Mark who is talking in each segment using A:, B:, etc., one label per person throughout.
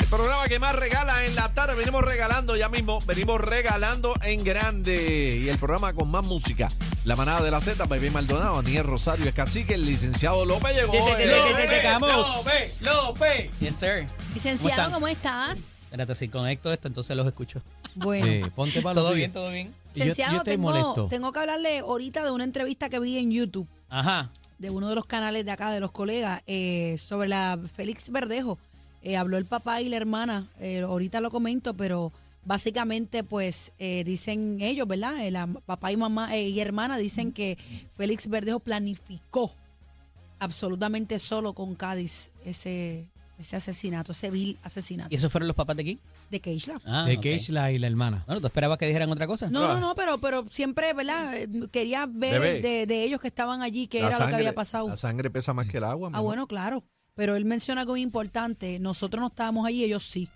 A: el programa que más regala en la tarde. Venimos regalando ya mismo, venimos regalando en grande. Y el programa con más música, la manada de la Z, Bebé Maldonado, Daniel Rosario, es cacique, el licenciado López llegó.
B: Te- te- te- te- te- te-
A: López,
B: llegamos.
A: López, López.
B: Yes, sir.
C: Licenciado,
B: están?
C: ¿cómo estás?
B: Espérate, si conecto esto, entonces los escucho.
C: Bueno.
D: Eh, ponte para
B: ¿Todo bien? ¿Todo bien?
D: Yo,
C: Licenciado,
D: yo te
C: tengo,
D: molesto.
C: tengo que hablarle ahorita de una entrevista que vi en YouTube
B: Ajá.
C: de uno de los canales de acá, de los colegas, eh, sobre la Félix Verdejo. Eh, habló el papá y la hermana, eh, ahorita lo comento, pero básicamente pues eh, dicen ellos, ¿verdad? Eh, la papá y mamá eh, y hermana dicen que Félix Verdejo planificó absolutamente solo con Cádiz ese, ese asesinato, ese vil
B: ¿Y
C: asesinato
B: esos fueron los papás de aquí?
C: de Keishla.
B: Ah,
D: de
B: ok.
D: Keishla y la hermana.
B: Bueno, ¿tú esperabas que dijeran otra cosa?
C: No, no, no, pero, pero siempre, ¿verdad? Eh, Quería
A: Ah. Bebé.
C: ver de, de ellos que estaban allí qué era lo que había pasado.
A: la sangre pesa más que el agua. mi
C: Ah,
A: amor.
C: bueno, claro. Pero él menciona algo importante. Nosotros no estábamos allí, ellos sí.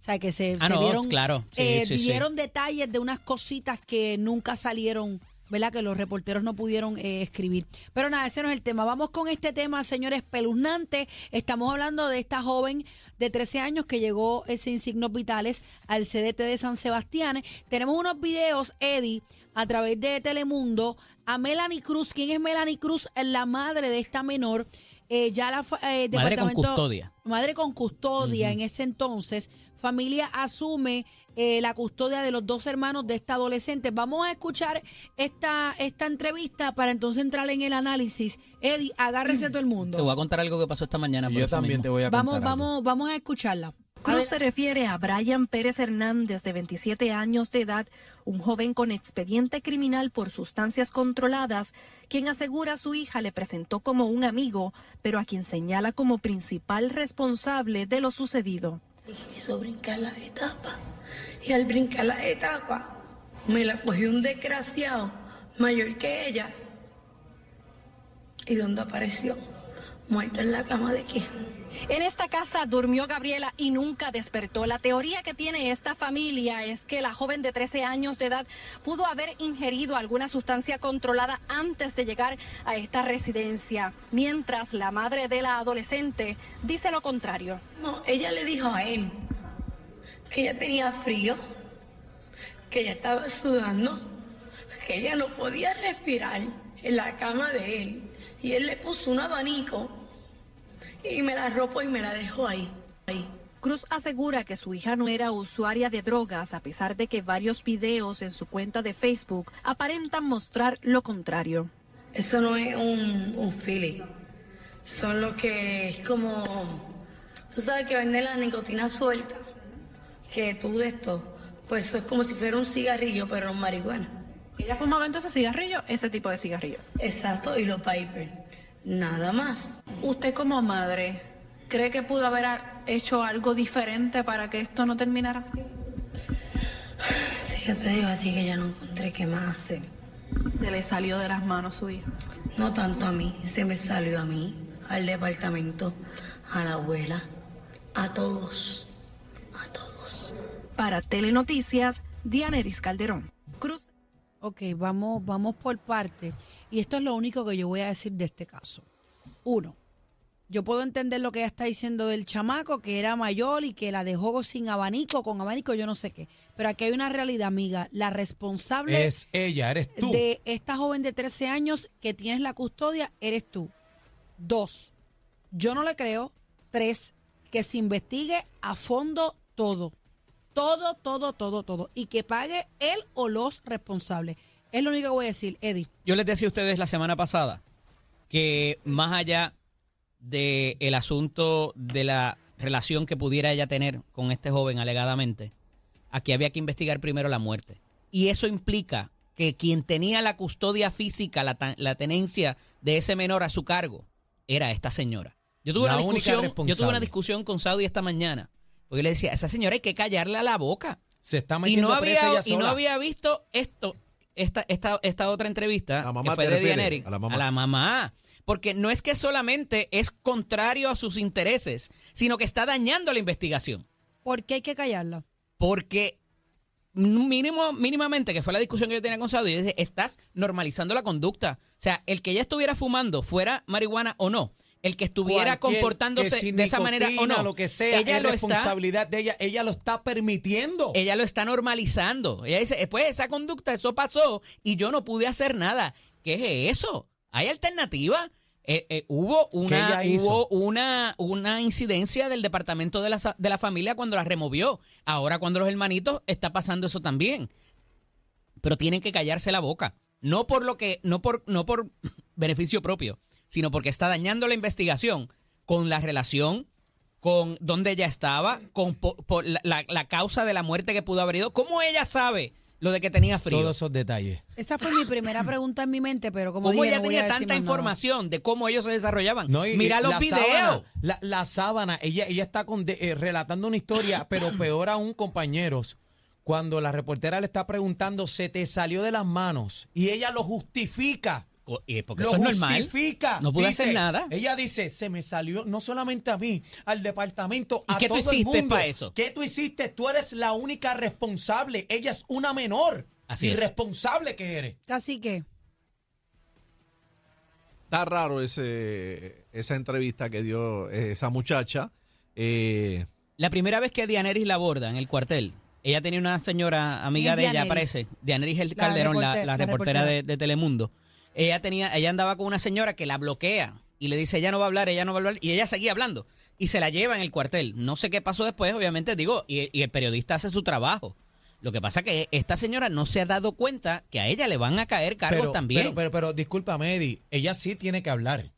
C: O sea, que se,
B: Ah,
C: se
B: no,
C: vieron,
B: claro. Sí,
C: eh,
B: sí, sí.
C: dieron detalles de unas cositas que nunca salieron, ¿verdad? Que los reporteros no pudieron eh, escribir. Pero nada, ese no es el tema. Vamos con este tema, señores, espeluznante. Estamos hablando de esta joven de 13 años que llegó eh, sin signos vitales al CDT de San Sebastián. Tenemos unos videos, Eddie, a través de Telemundo, a Melanie Cruz. ¿Quién es Melanie Cruz? La madre de esta menor. Eh, ya la fa-
B: Madre
C: eh,
B: con
C: departamento-
B: custodia.
C: madre con custodia en ese entonces. Familia asume eh, la custodia de los dos hermanos de esta adolescente. Vamos a escuchar esta, esta entrevista para entonces entrar en el análisis. Eddie, agárrese todo el
B: Mm. Te voy
C: mundo.
B: a contar algo que pasó esta mañana. por
D: yo
B: eso
D: también
B: mismo.
D: te voy a contar
C: Vamos,
D: algo.
C: vamos, vamos a escucharla.
E: Cruz se refiere a Brian Pérez Hernández, de 27 años de edad, un joven con expediente criminal por sustancias controladas, quien asegura su hija le presentó como un amigo, pero a quien señala como principal responsable de lo sucedido.
F: Y quiso brincar la etapa. Y al brincar la etapa, me la cogió un desgraciado mayor que ella. ¿Y dónde apareció? Muerta en la cama de quién.
E: En esta casa durmió Gabriela y nunca despertó. La teoría que tiene esta familia es que la joven de 13 años de edad pudo haber ingerido alguna sustancia controlada antes de llegar a esta residencia, mientras la madre de la adolescente dice lo contrario.
F: No, ella le dijo a él que ella tenía frío, que ella estaba sudando, que ella no podía respirar en la cama de él. Y él le puso un abanico y me la ropa y me la dejó ahí. ahí.
E: Cruz asegura que su hija no era usuaria de drogas, a pesar de que varios videos en su cuenta de Facebook aparentan mostrar lo contrario.
F: Eso no es un, un feeling. Son los que es como. Tú sabes que venden la nicotina suelta. Que tú de esto. Pues eso es como si fuera un cigarrillo, pero marihuana.
E: Ella fumaba entonces cigarrillo, ese tipo de cigarrillo.
F: Exacto, y los Piper. Nada más.
G: ¿Usted como madre cree que pudo haber a- hecho algo diferente para que esto no terminara así?
F: Si yo te digo así que ya no encontré qué más hacer.
G: Se le salió de las manos su hija.
F: No tanto a mí, se me salió a mí, al departamento, a la abuela, a todos. A todos.
E: Para Telenoticias, Dianeris Calderón. Cruz
C: Ok, vamos, vamos por parte. Y esto es lo único que yo voy a decir de este caso. Uno, yo puedo entender lo que ella está diciendo del chamaco, que era mayor y que la dejó sin abanico, con abanico, yo no sé qué. Pero aquí hay una realidad, amiga. La responsable
D: Es ella, eres tú.
C: de esta joven de 13 años que tienes la custodia eres tú. Dos, yo no le creo. Tres, que se investigue a fondo todo. Todo, todo, todo, todo. Y que pague él o los responsables. Es lo único que voy a decir, Eddie.
B: Yo les decía a ustedes la semana pasada que más allá del el asunto de la relación que pudiera ella tener con este joven alegadamente, aquí había que investigar primero la muerte. Y eso implica que quien tenía la custodia física, la, ta- la tenencia de ese menor a su cargo, era esta señora. Yo tuve,
D: La
B: una
D: única
B: discusión, yo tuve una
D: responsable.
B: discusión con Saudi esta mañana, Porque yo le decía, esa señora hay que callarla la boca.
D: Se está
B: Y
D: metiendo
B: no, había,
D: presa ella
B: y no
D: sola.
B: había visto esto, esta, esta, esta otra entrevista
A: La mamá
B: que fue
A: te
B: de
A: refieres,
B: Dianeri.
A: a la mamá.
B: mamá. Porque no es que solamente es contrario a sus intereses, sino que está dañando la investigación.
C: ¿Por qué hay que callarla?
B: Porque mínimo, mínimamente, que fue la discusión que yo tenía con Saudi, yo dije, estás normalizando la conducta. O sea, el que ella estuviera fumando, fuera marihuana o no, el que estuviera
D: Cualquier que
B: comportándose
D: sin
B: de esa manera o
D: nicotina,
B: no,
D: lo que sea,
B: ella
D: es
B: lo está
D: responsabilidad de ella. Ella lo está permitiendo.
B: ella lo está normalizando. Ella dice, después de esa conducta, eso pasó y yo no pude hacer nada. ¿Qué es eso? ¿Hay alternativa? Eh, eh, hubo una
D: ella
B: hubo
D: hizo?
B: una una incidencia del departamento de la, sa- de la familia cuando la removió. Ahora cuando los hermanitos está pasando eso también. Pero tienen que callarse la boca, no por lo que no por no por beneficio propio, sino porque está dañando la investigación con la relación con dónde ella estaba, con po- por la, la- la causa de la muerte que pudo haber ido. ¿Cómo ella sabe lo de que tenía frío?
D: Todos esos detalles.
C: Esa fue mi primera pregunta en mi mente, pero como
B: ¿Cómo
C: dije,
B: ella
C: no voy a
B: tenía
C: decir
B: tanta
C: más nada.
B: información de cómo ellos se desarrollaban?
D: No, y-
B: Mira
D: y
B: los
D: la
B: videos.
D: sábana, la, la sábana, ella, ella está con- de- eh, relatando una historia, pero peor aún, compañeros. Cuando la reportera le está preguntando, se te salió de las manos. Y ella lo justifica.
B: Co- eh, Porque
D: lo
B: eso es normal.
D: justifica.
B: No pude
D: Dice-
B: hacer nada.
D: Ella dice, se me salió no solamente a mí, al departamento,
B: ¿Y
D: a
B: qué tú
D: todo el
B: hiciste
D: mundo.
B: pa' eso?
D: ¿Qué tú hiciste? Tú eres la única responsable. Ella es una menor.
B: Así es.
D: irresponsable que eres.
C: Así que,
A: Está raro ese, esa entrevista que dio eh, esa muchacha. Eh,
B: La primera vez que Dianeris la aborda en el cuartel, ella tenía una señora amiga
C: ¿Quién
B: de
C: es
B: ella,
C: Dianeris?
B: parece. Dianeris el
C: La
B: Calderón, la,
C: reporte-
B: la
C: la
B: reportera
C: reportera.
B: de, de Telemundo. Ella tenía, ella andaba con una señora que la bloquea y le dice, ella no va a hablar, ella no va a hablar, y ella seguía hablando. Y se la lleva en el cuartel. No sé qué pasó después, obviamente, digo, y, y el periodista hace su trabajo. Lo que pasa que esta señora no se ha dado cuenta que a ella le van a caer cargos
D: pero,
B: también.
D: Pero, pero, pero discúlpame, Eddie, ella sí tiene que hablar.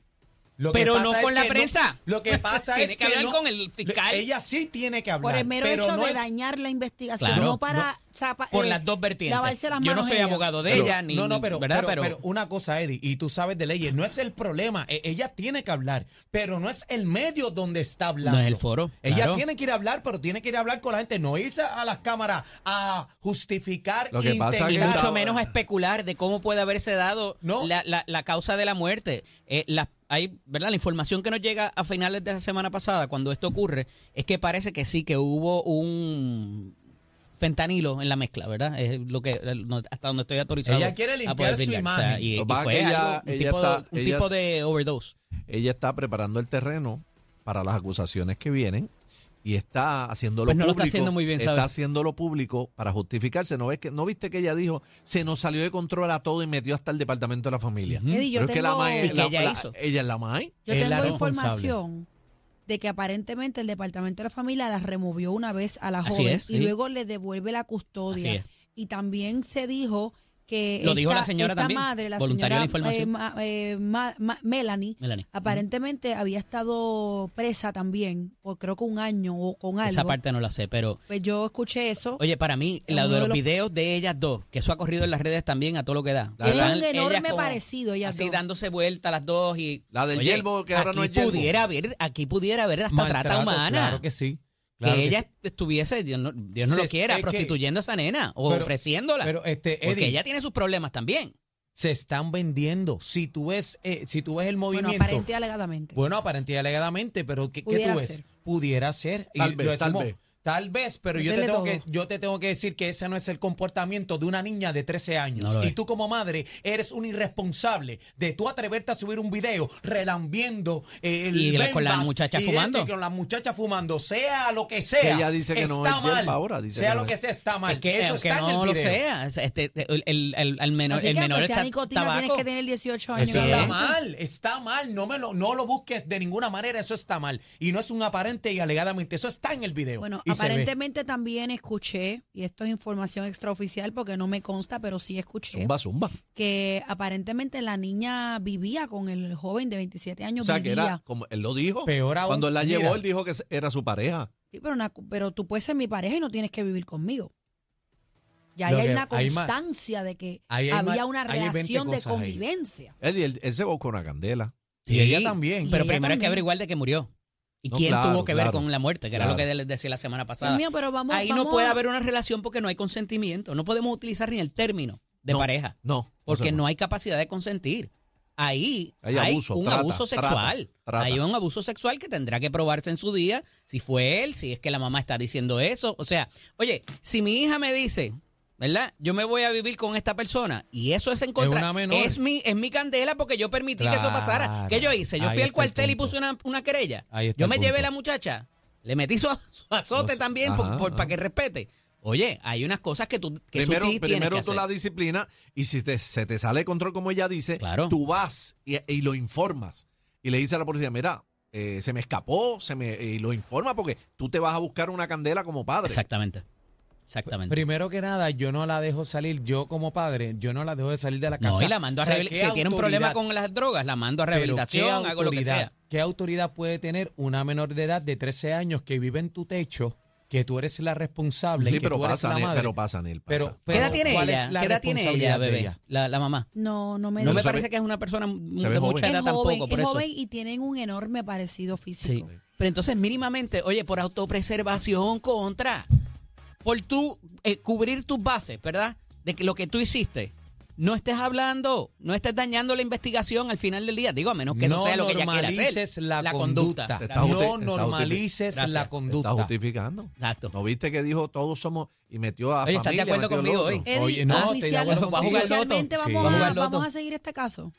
D: Lo
B: Pero
D: pasa
B: no
D: es
B: con la
D: que
B: prensa.
D: lo que pasa
B: Tiene
D: es
B: que
D: que,
B: hablar
D: no-
B: con el fiscal.
D: Ella sí tiene que hablar.
C: por el mero
D: pero
C: hecho
D: no
C: de
D: es-
C: dañar la investigación,
B: Claro,
C: no para... o sea, pa-
B: por
C: eh,
B: las dos vertientes.
C: Lavarse las
B: Yo no
C: manos
B: soy
C: ella.
B: abogado de
D: Pero-
B: ella, ni,
D: no, no, pero,
B: ¿verdad?
D: pero, pero una cosa, Eddie, y tú sabes de leyes, no es el problema. e- ella tiene que hablar, pero no es el medio donde está hablando.
B: No es el foro,
D: Ella
B: claro.
D: tiene que ir a hablar, pero tiene que ir a hablar con la gente, no irse a las cámaras a justificar.
A: Lo que pasa que-
B: Y
D: intentar-
B: mucho menos a especular de cómo puede haberse dado
D: No.
B: la, la- la causa de la muerte. Eh, la, hay, ¿verdad? la información que nos llega a finales de la semana pasada, cuando esto ocurre, es que parece que sí, que hubo un fentanilo en la mezcla, ¿verdad? Es lo que eh, no- hasta donde estoy autorizado.
D: Ella quiere
B: a
D: limpiar
B: poder
D: su
B: brindar.
D: imagen.
B: y,
A: Lo
B: y
A: que pasa es
B: fue
A: que ella-
B: algo, un,
A: ella
B: tipo,
A: está-
B: un
A: ella-
B: tipo de overdose.
A: ella está preparando el terreno para las acusaciones que vienen y está haciéndolo
B: Pues no lo está
A: público.
B: haciendo muy bien,
A: está
B: ¿sabes?
A: haciéndolo público para justificarse. ¿No, ves que, ¿No viste que ella dijo, se nos salió de control a todo y metió hasta el departamento de la familia?
B: Ujú.
C: Eddie, yo
A: Pero es que la
C: tengo-
A: mae-
B: Y que
A: la-
B: ella
A: la-
B: hizo.
A: ella es la MAE.
C: Yo
D: Es la
C: tengo
D: responsable.
C: información de que aparentemente el departamento de la familia la removió una vez a la
B: Así
C: joven
B: es,
C: y
B: sí.
C: luego le devuelve la
B: Así
C: custodia.
B: es.
C: Y también se dijo que
B: Lo dijo
C: esta-
B: la señora
C: esta
B: también,
C: madre, la
B: voluntario
C: señora
B: de la información.
C: eh, ma- eh, ma- ma- Melanie,
B: Melanie.
C: aparentemente había estado presa también por creo que un año o con algo.
B: Esa parte no la sé, pero
C: Pues yo escuché eso.
B: Oye, para mí,
C: Es
B: la
C: uno
B: de
C: de
B: los
C: los-
B: videos de ellas dos, que eso ha corrido en las redes también a todo lo que da.
A: Tienen
B: Están
C: un enorme parecido ellas
B: Así
C: dos.
B: dándose vuelta las dos y.
A: La del yelbo, que ahora
B: aquí
A: no es yelbo.
B: pudiera haber, Aquí pudiera haber hasta trata
D: Maltrato,
B: humana.
D: Claro que sí.
B: Que
D: claro que
B: ella
D: sí.
B: estuviese, Dios no, Dios no
D: Se-
B: lo quiera,
D: es que-
B: prostituyendo a esa nena o
D: Pero-
B: ofreciéndola.
D: Pero este,
B: porque
D: Eddie,
B: ella tiene sus problemas también.
D: se están vendiendo. Si tú ves, eh, si tú ves el
C: bueno,
D: movimiento.
C: aparente y alegadamente.
D: Bueno, aparente y alegadamente, pero ¿qué, qué
C: Pudiera
D: tú ves?
C: ser.
D: Pudiera ser.
A: Tal
D: lo
A: vez, tal vez.
D: Tal vez, pero yo te,
C: Métele
D: tengo que,
C: todo.
D: yo te tengo que decir que ese no es el comportamiento de una niña de 13 años.
B: No lo
D: y
B: es.
D: tú como madre eres un irresponsable de tú atreverte a subir un video relambiendo eh, el
B: Y la- con la
D: Benbas
B: muchacha
D: y de-
B: fumando.
D: y con la muchacha fumando, sea lo que sea.
A: Ella dice que no
D: está
A: es
D: mal.
A: yerba ahora, dice
D: sea
A: que
D: lo
A: no
D: que
A: es.
D: sea, está mal.
B: que,
D: eso
B: aunque
D: está en
B: no
D: el
B: lo
D: video.
B: sea, es- este, el, el- el- al menor,
C: Así
B: el
C: que aunque
B: menor
C: sea
B: está
C: nicotina,
B: tabaco.
C: tienes que tener 18 años.
D: Eso
B: Eso
D: está
B: es.
D: mal, está mal. No me lo, no lo busques de ninguna manera. Eso está mal. Y no es un aparente y alegadamente. Eso está en el video.
C: Bueno,
D: y se ve.
C: aparentemente también escuché, y esto es información extraoficial porque no me consta, pero sí escuché,
A: Zumba, zumba.
C: que aparentemente la niña vivía con el joven de 27
A: O
C: años,
A: sea, que
C: vivía.
A: era, como él lo dijo,
D: Peor aún,
A: cuando él la
D: mira.
A: llevó, él dijo que era su pareja.
C: Sí, pero, una- pero tú puedes ser mi pareja y no tienes que vivir conmigo. Ya
D: Lo
C: ahí hay
D: que-
C: una
D: hay más-
C: constancia de que
D: ahí hay
C: había
D: más-
C: una
D: ahí hay 20
C: relación de
D: cosas ahí.
C: convivencia.
A: Eddie, él, él se buscó una candela.
D: Y ella también.
B: Pero
C: Y ella
B: primero hay que
C: también.
B: averiguar de que murió. ¿Y
A: No,
B: quién
A: claro,
B: tuvo que ver
A: claro,
B: con la muerte? Que
A: claro.
B: era lo que les decía la semana pasada.
C: Dios mío, pero vamos-
B: Ahí
C: vamos
B: no puede
C: a-
B: haber una relación porque no hay consentimiento. No podemos utilizar ni el término de
A: No,
B: pareja.
A: no, no
B: Porque
A: se
B: no
A: puede.
B: hay capacidad de consentir. Ahí
A: Hay
B: hay,
A: abuso,
B: un
A: trata,
B: abuso
A: trata,
B: sexual.
A: trata.
B: Hay un abuso sexual que tendrá que probarse en su día si fue él, si es que la mamá está diciendo eso. O sea, oye, si mi hija me dice, ¿verdad? Yo me voy a vivir con esta persona y eso es en contra.
D: una menor.
B: Es mi, es mi candela porque yo permití que eso pasara.
D: Claro.
B: ¿Qué yo hice? Yo
D: Ahí
B: fui al
D: está el
B: cuartel y
D: punto.
B: puse una, una querella.
D: Ahí está
B: Yo
D: el
B: me llevé
D: punto.
B: la muchacha, le metí su, su azote
A: Los-
B: también
A: ajá, ajá.
B: para que respete. Oye, hay unas cosas que tú, que tú
A: primero
B: ti- tienes
A: primero
B: que
A: tú
B: hacer.
A: la disciplina y si te- se te sale de control, como ella dice,
B: Claro.
A: tú vas y, y lo informas. Y le dice a la policía, mira, eh, se me escapó, se me, y lo informa porque tú te vas a buscar una candela como padre.
B: Exactamente. Exactamente.
D: Primero que nada, yo no la dejo salir, yo como padre, yo no la dejo de salir de la casa.
B: no, y la mando a
D: O sea,
B: rehabil-
D: ¿qué
B: Si tiene un problema
D: autoridad?
B: con las drogas, la mando a
D: Pero
B: rehabilitación,
D: ¿qué
B: hago lo que
D: autoridad-
B: sea.
D: ¿Qué autoridad puede tener una menor de edad de 13 años que vive en tu techo, que tú eres la responsable,
A: Sí,
D: que
A: pero
D: tú eres
A: pasa,
D: la
A: Nel,
D: madre?
A: pero pasa, Nel, pasa.
D: Pero-
A: ¿Qué
B: ¿Qué edad
D: pero
B: tiene
D: ¿cuál
B: ella?
D: es la
B: ¿Qué edad tiene ella,
D: responsabilidad de
B: bebé?
D: ella?
B: La, la mamá.
C: No, no me
B: No
A: se
B: me
C: digas.
A: ve-
B: parece que es una persona m-
A: se ve
B: de
A: joven.
B: mucha edad
C: es joven,
B: tampoco, por
C: es
B: eso.
C: joven y tienen un enorme parecido
B: Sí.
C: físico.
B: Pero entonces, mínimamente, oye, por autopreservación contra, por tú eh, cubrir tus bases, ¿verdad? De que lo que tú hiciste. No estés hablando, no estés dañando la investigación al final del día. Digo, a menos que
D: no
B: eso sea lo que ella quiera
D: normalices
B: hacer.
D: la, conducta.
A: Se está
B: Gracias.
A: justi-
D: No
A: está
D: normalices
B: justificando.
D: la
A: Está
D: conducta.
A: justificando.
B: Exacto.
A: ¿No viste que dijo todos somos y metió a
B: Oye, ¿estás de
A: familia?
B: acuerdo
A: metió al
B: conmigo eh?
A: otro?
B: hoy?
C: Eddie,
D: Oye, no, estoy de
C: oficial-
D: acuerdo
B: Va a jugar loto.
C: oficialmente
D: Sí.
C: vamos,
D: Va a
C: a,
B: jugar loto.
C: vamos a seguir este caso.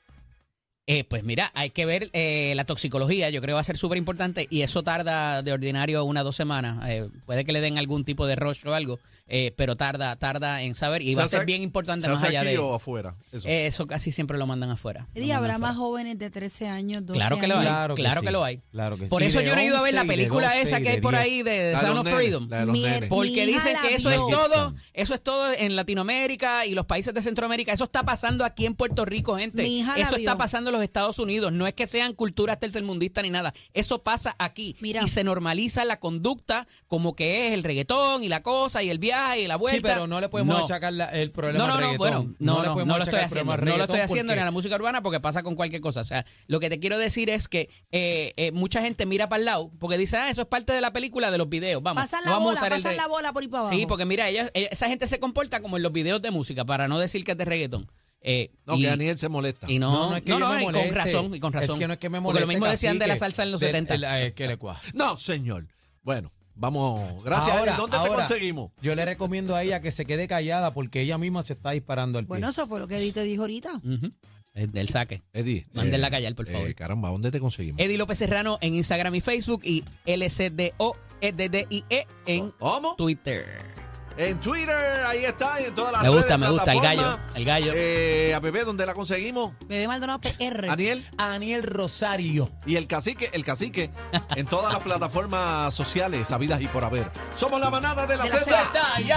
B: Eh, pues mira, hay que ver eh, la toxicología, yo creo que va a ser súper importante y eso tarda de ordinario una o dos semanas. Eh, puede que le den algún tipo de rush o algo, eh, pero tarda tarda en saber y
A: ¿Se
B: va a
A: hace-
B: ser bien importante
A: se
B: más
A: hace
B: allá
A: aquí
B: de
A: o afuera? Eso.
B: Eh, eso casi siempre lo mandan afuera. Lo
C: Eddie,
B: mandan
C: habrá más
B: afuera.
C: jóvenes de 13 años, 12
B: Claro que lo hay,
C: años.
B: claro, que lo hay.
D: claro que sí.
B: Por
D: Y
B: eso
D: de
B: yo no he ido a ver la
D: 11 y de
B: película
D: 12
B: esa
D: y
B: que hay
D: de
B: por
D: 10.
B: ahí de, de
A: La de
B: Sound
A: los
B: of
A: nenes,
B: Freedom.
A: la de los
C: Mi-
A: nenes.
C: Mi
B: Porque
C: hija
B: dicen
C: la
B: que eso es
C: vio.
B: todo, eso es todo en Latinoamérica y los países de Centroamérica, eso está pasando aquí en Puerto Rico, gente.
C: Mi hija la
B: eso está
C: vio.
B: pasando en los Estados Unidos, no es que sean culturas tercermundistas ni nada, eso pasa aquí
C: Mira.
B: y se normaliza la conducta como que es el reggaetón y la cosa y el viaje y la vuelta.
D: Sí, pero no le podemos achacar la- el problema
B: no, no,
D: al
B: no,
D: reggaetón.
B: bueno, no,
D: le
B: no,
D: podemos
B: no lo
D: achacar
B: estoy
D: el problema
B: haciendo,
D: al
B: no lo estoy
D: reggaetón
B: haciendo
D: porque-
B: ni a la música urbana porque pasa con cualquier cosa. O sea, lo que te quiero decir es que eh, eh, mucha gente mira para el lado porque dice, ah, eso es parte de la película, de los videos. Vamos,
C: Pasan
B: no
C: la
B: vamos a
C: bola,
B: usar el
C: pasan
B: de-
C: la bola por ahí para abajo.
B: Sí, porque mira, ella, ella- esa gente se comporta como en los videos de música, para no decir que es de reggaetón. Eh,
A: No,
B: y,
A: que Daniel se molesta.
B: y no,
D: No, no es que
B: no,
D: yo
B: no,
D: me
B: y
D: moleste.
B: con razón, y con razón.
D: Es que no es que me
B: Porque
D: moleste.
B: lo mismo decían de la
D: cacique,
B: salsa en los
D: del-
B: 70.
D: el- eh, que le cuaja.
A: No, señor. Bueno, vamos. Gracias.
D: Ahora,
A: Eddie. ¿Dónde te
D: ahora,
A: conseguimos?
D: Yo le recomiendo a ella que se quede callada porque ella misma se está disparando al pie.
C: Bueno, eso fue lo que Edith te dijo ahorita.
B: Ujú. Es del saque.
A: Eddie.
B: Mándenla a callar, por favor.
A: Eh, caramba, ¿dónde te conseguimos?
B: Eddie López Serrano en Instagram y Facebook y LCDO EDDIE E en
A: ¿Cómo?
B: Twitter.
A: En Twitter, ahí está, y en todas las
B: Me gusta,
A: redes,
B: me gusta, el
A: plataformas.
B: gallo, el gallo.
A: Eh, a Bebé, ¿dónde la conseguimos?
C: Bebé Maldonado PR.
A: Daniel.
D: Aniel Rosario.
A: Y el cacique, el cacique, en todas las plataformas sociales, sabidas y por haber. Somos la manada de la,
C: De la
A: Z.
C: Z.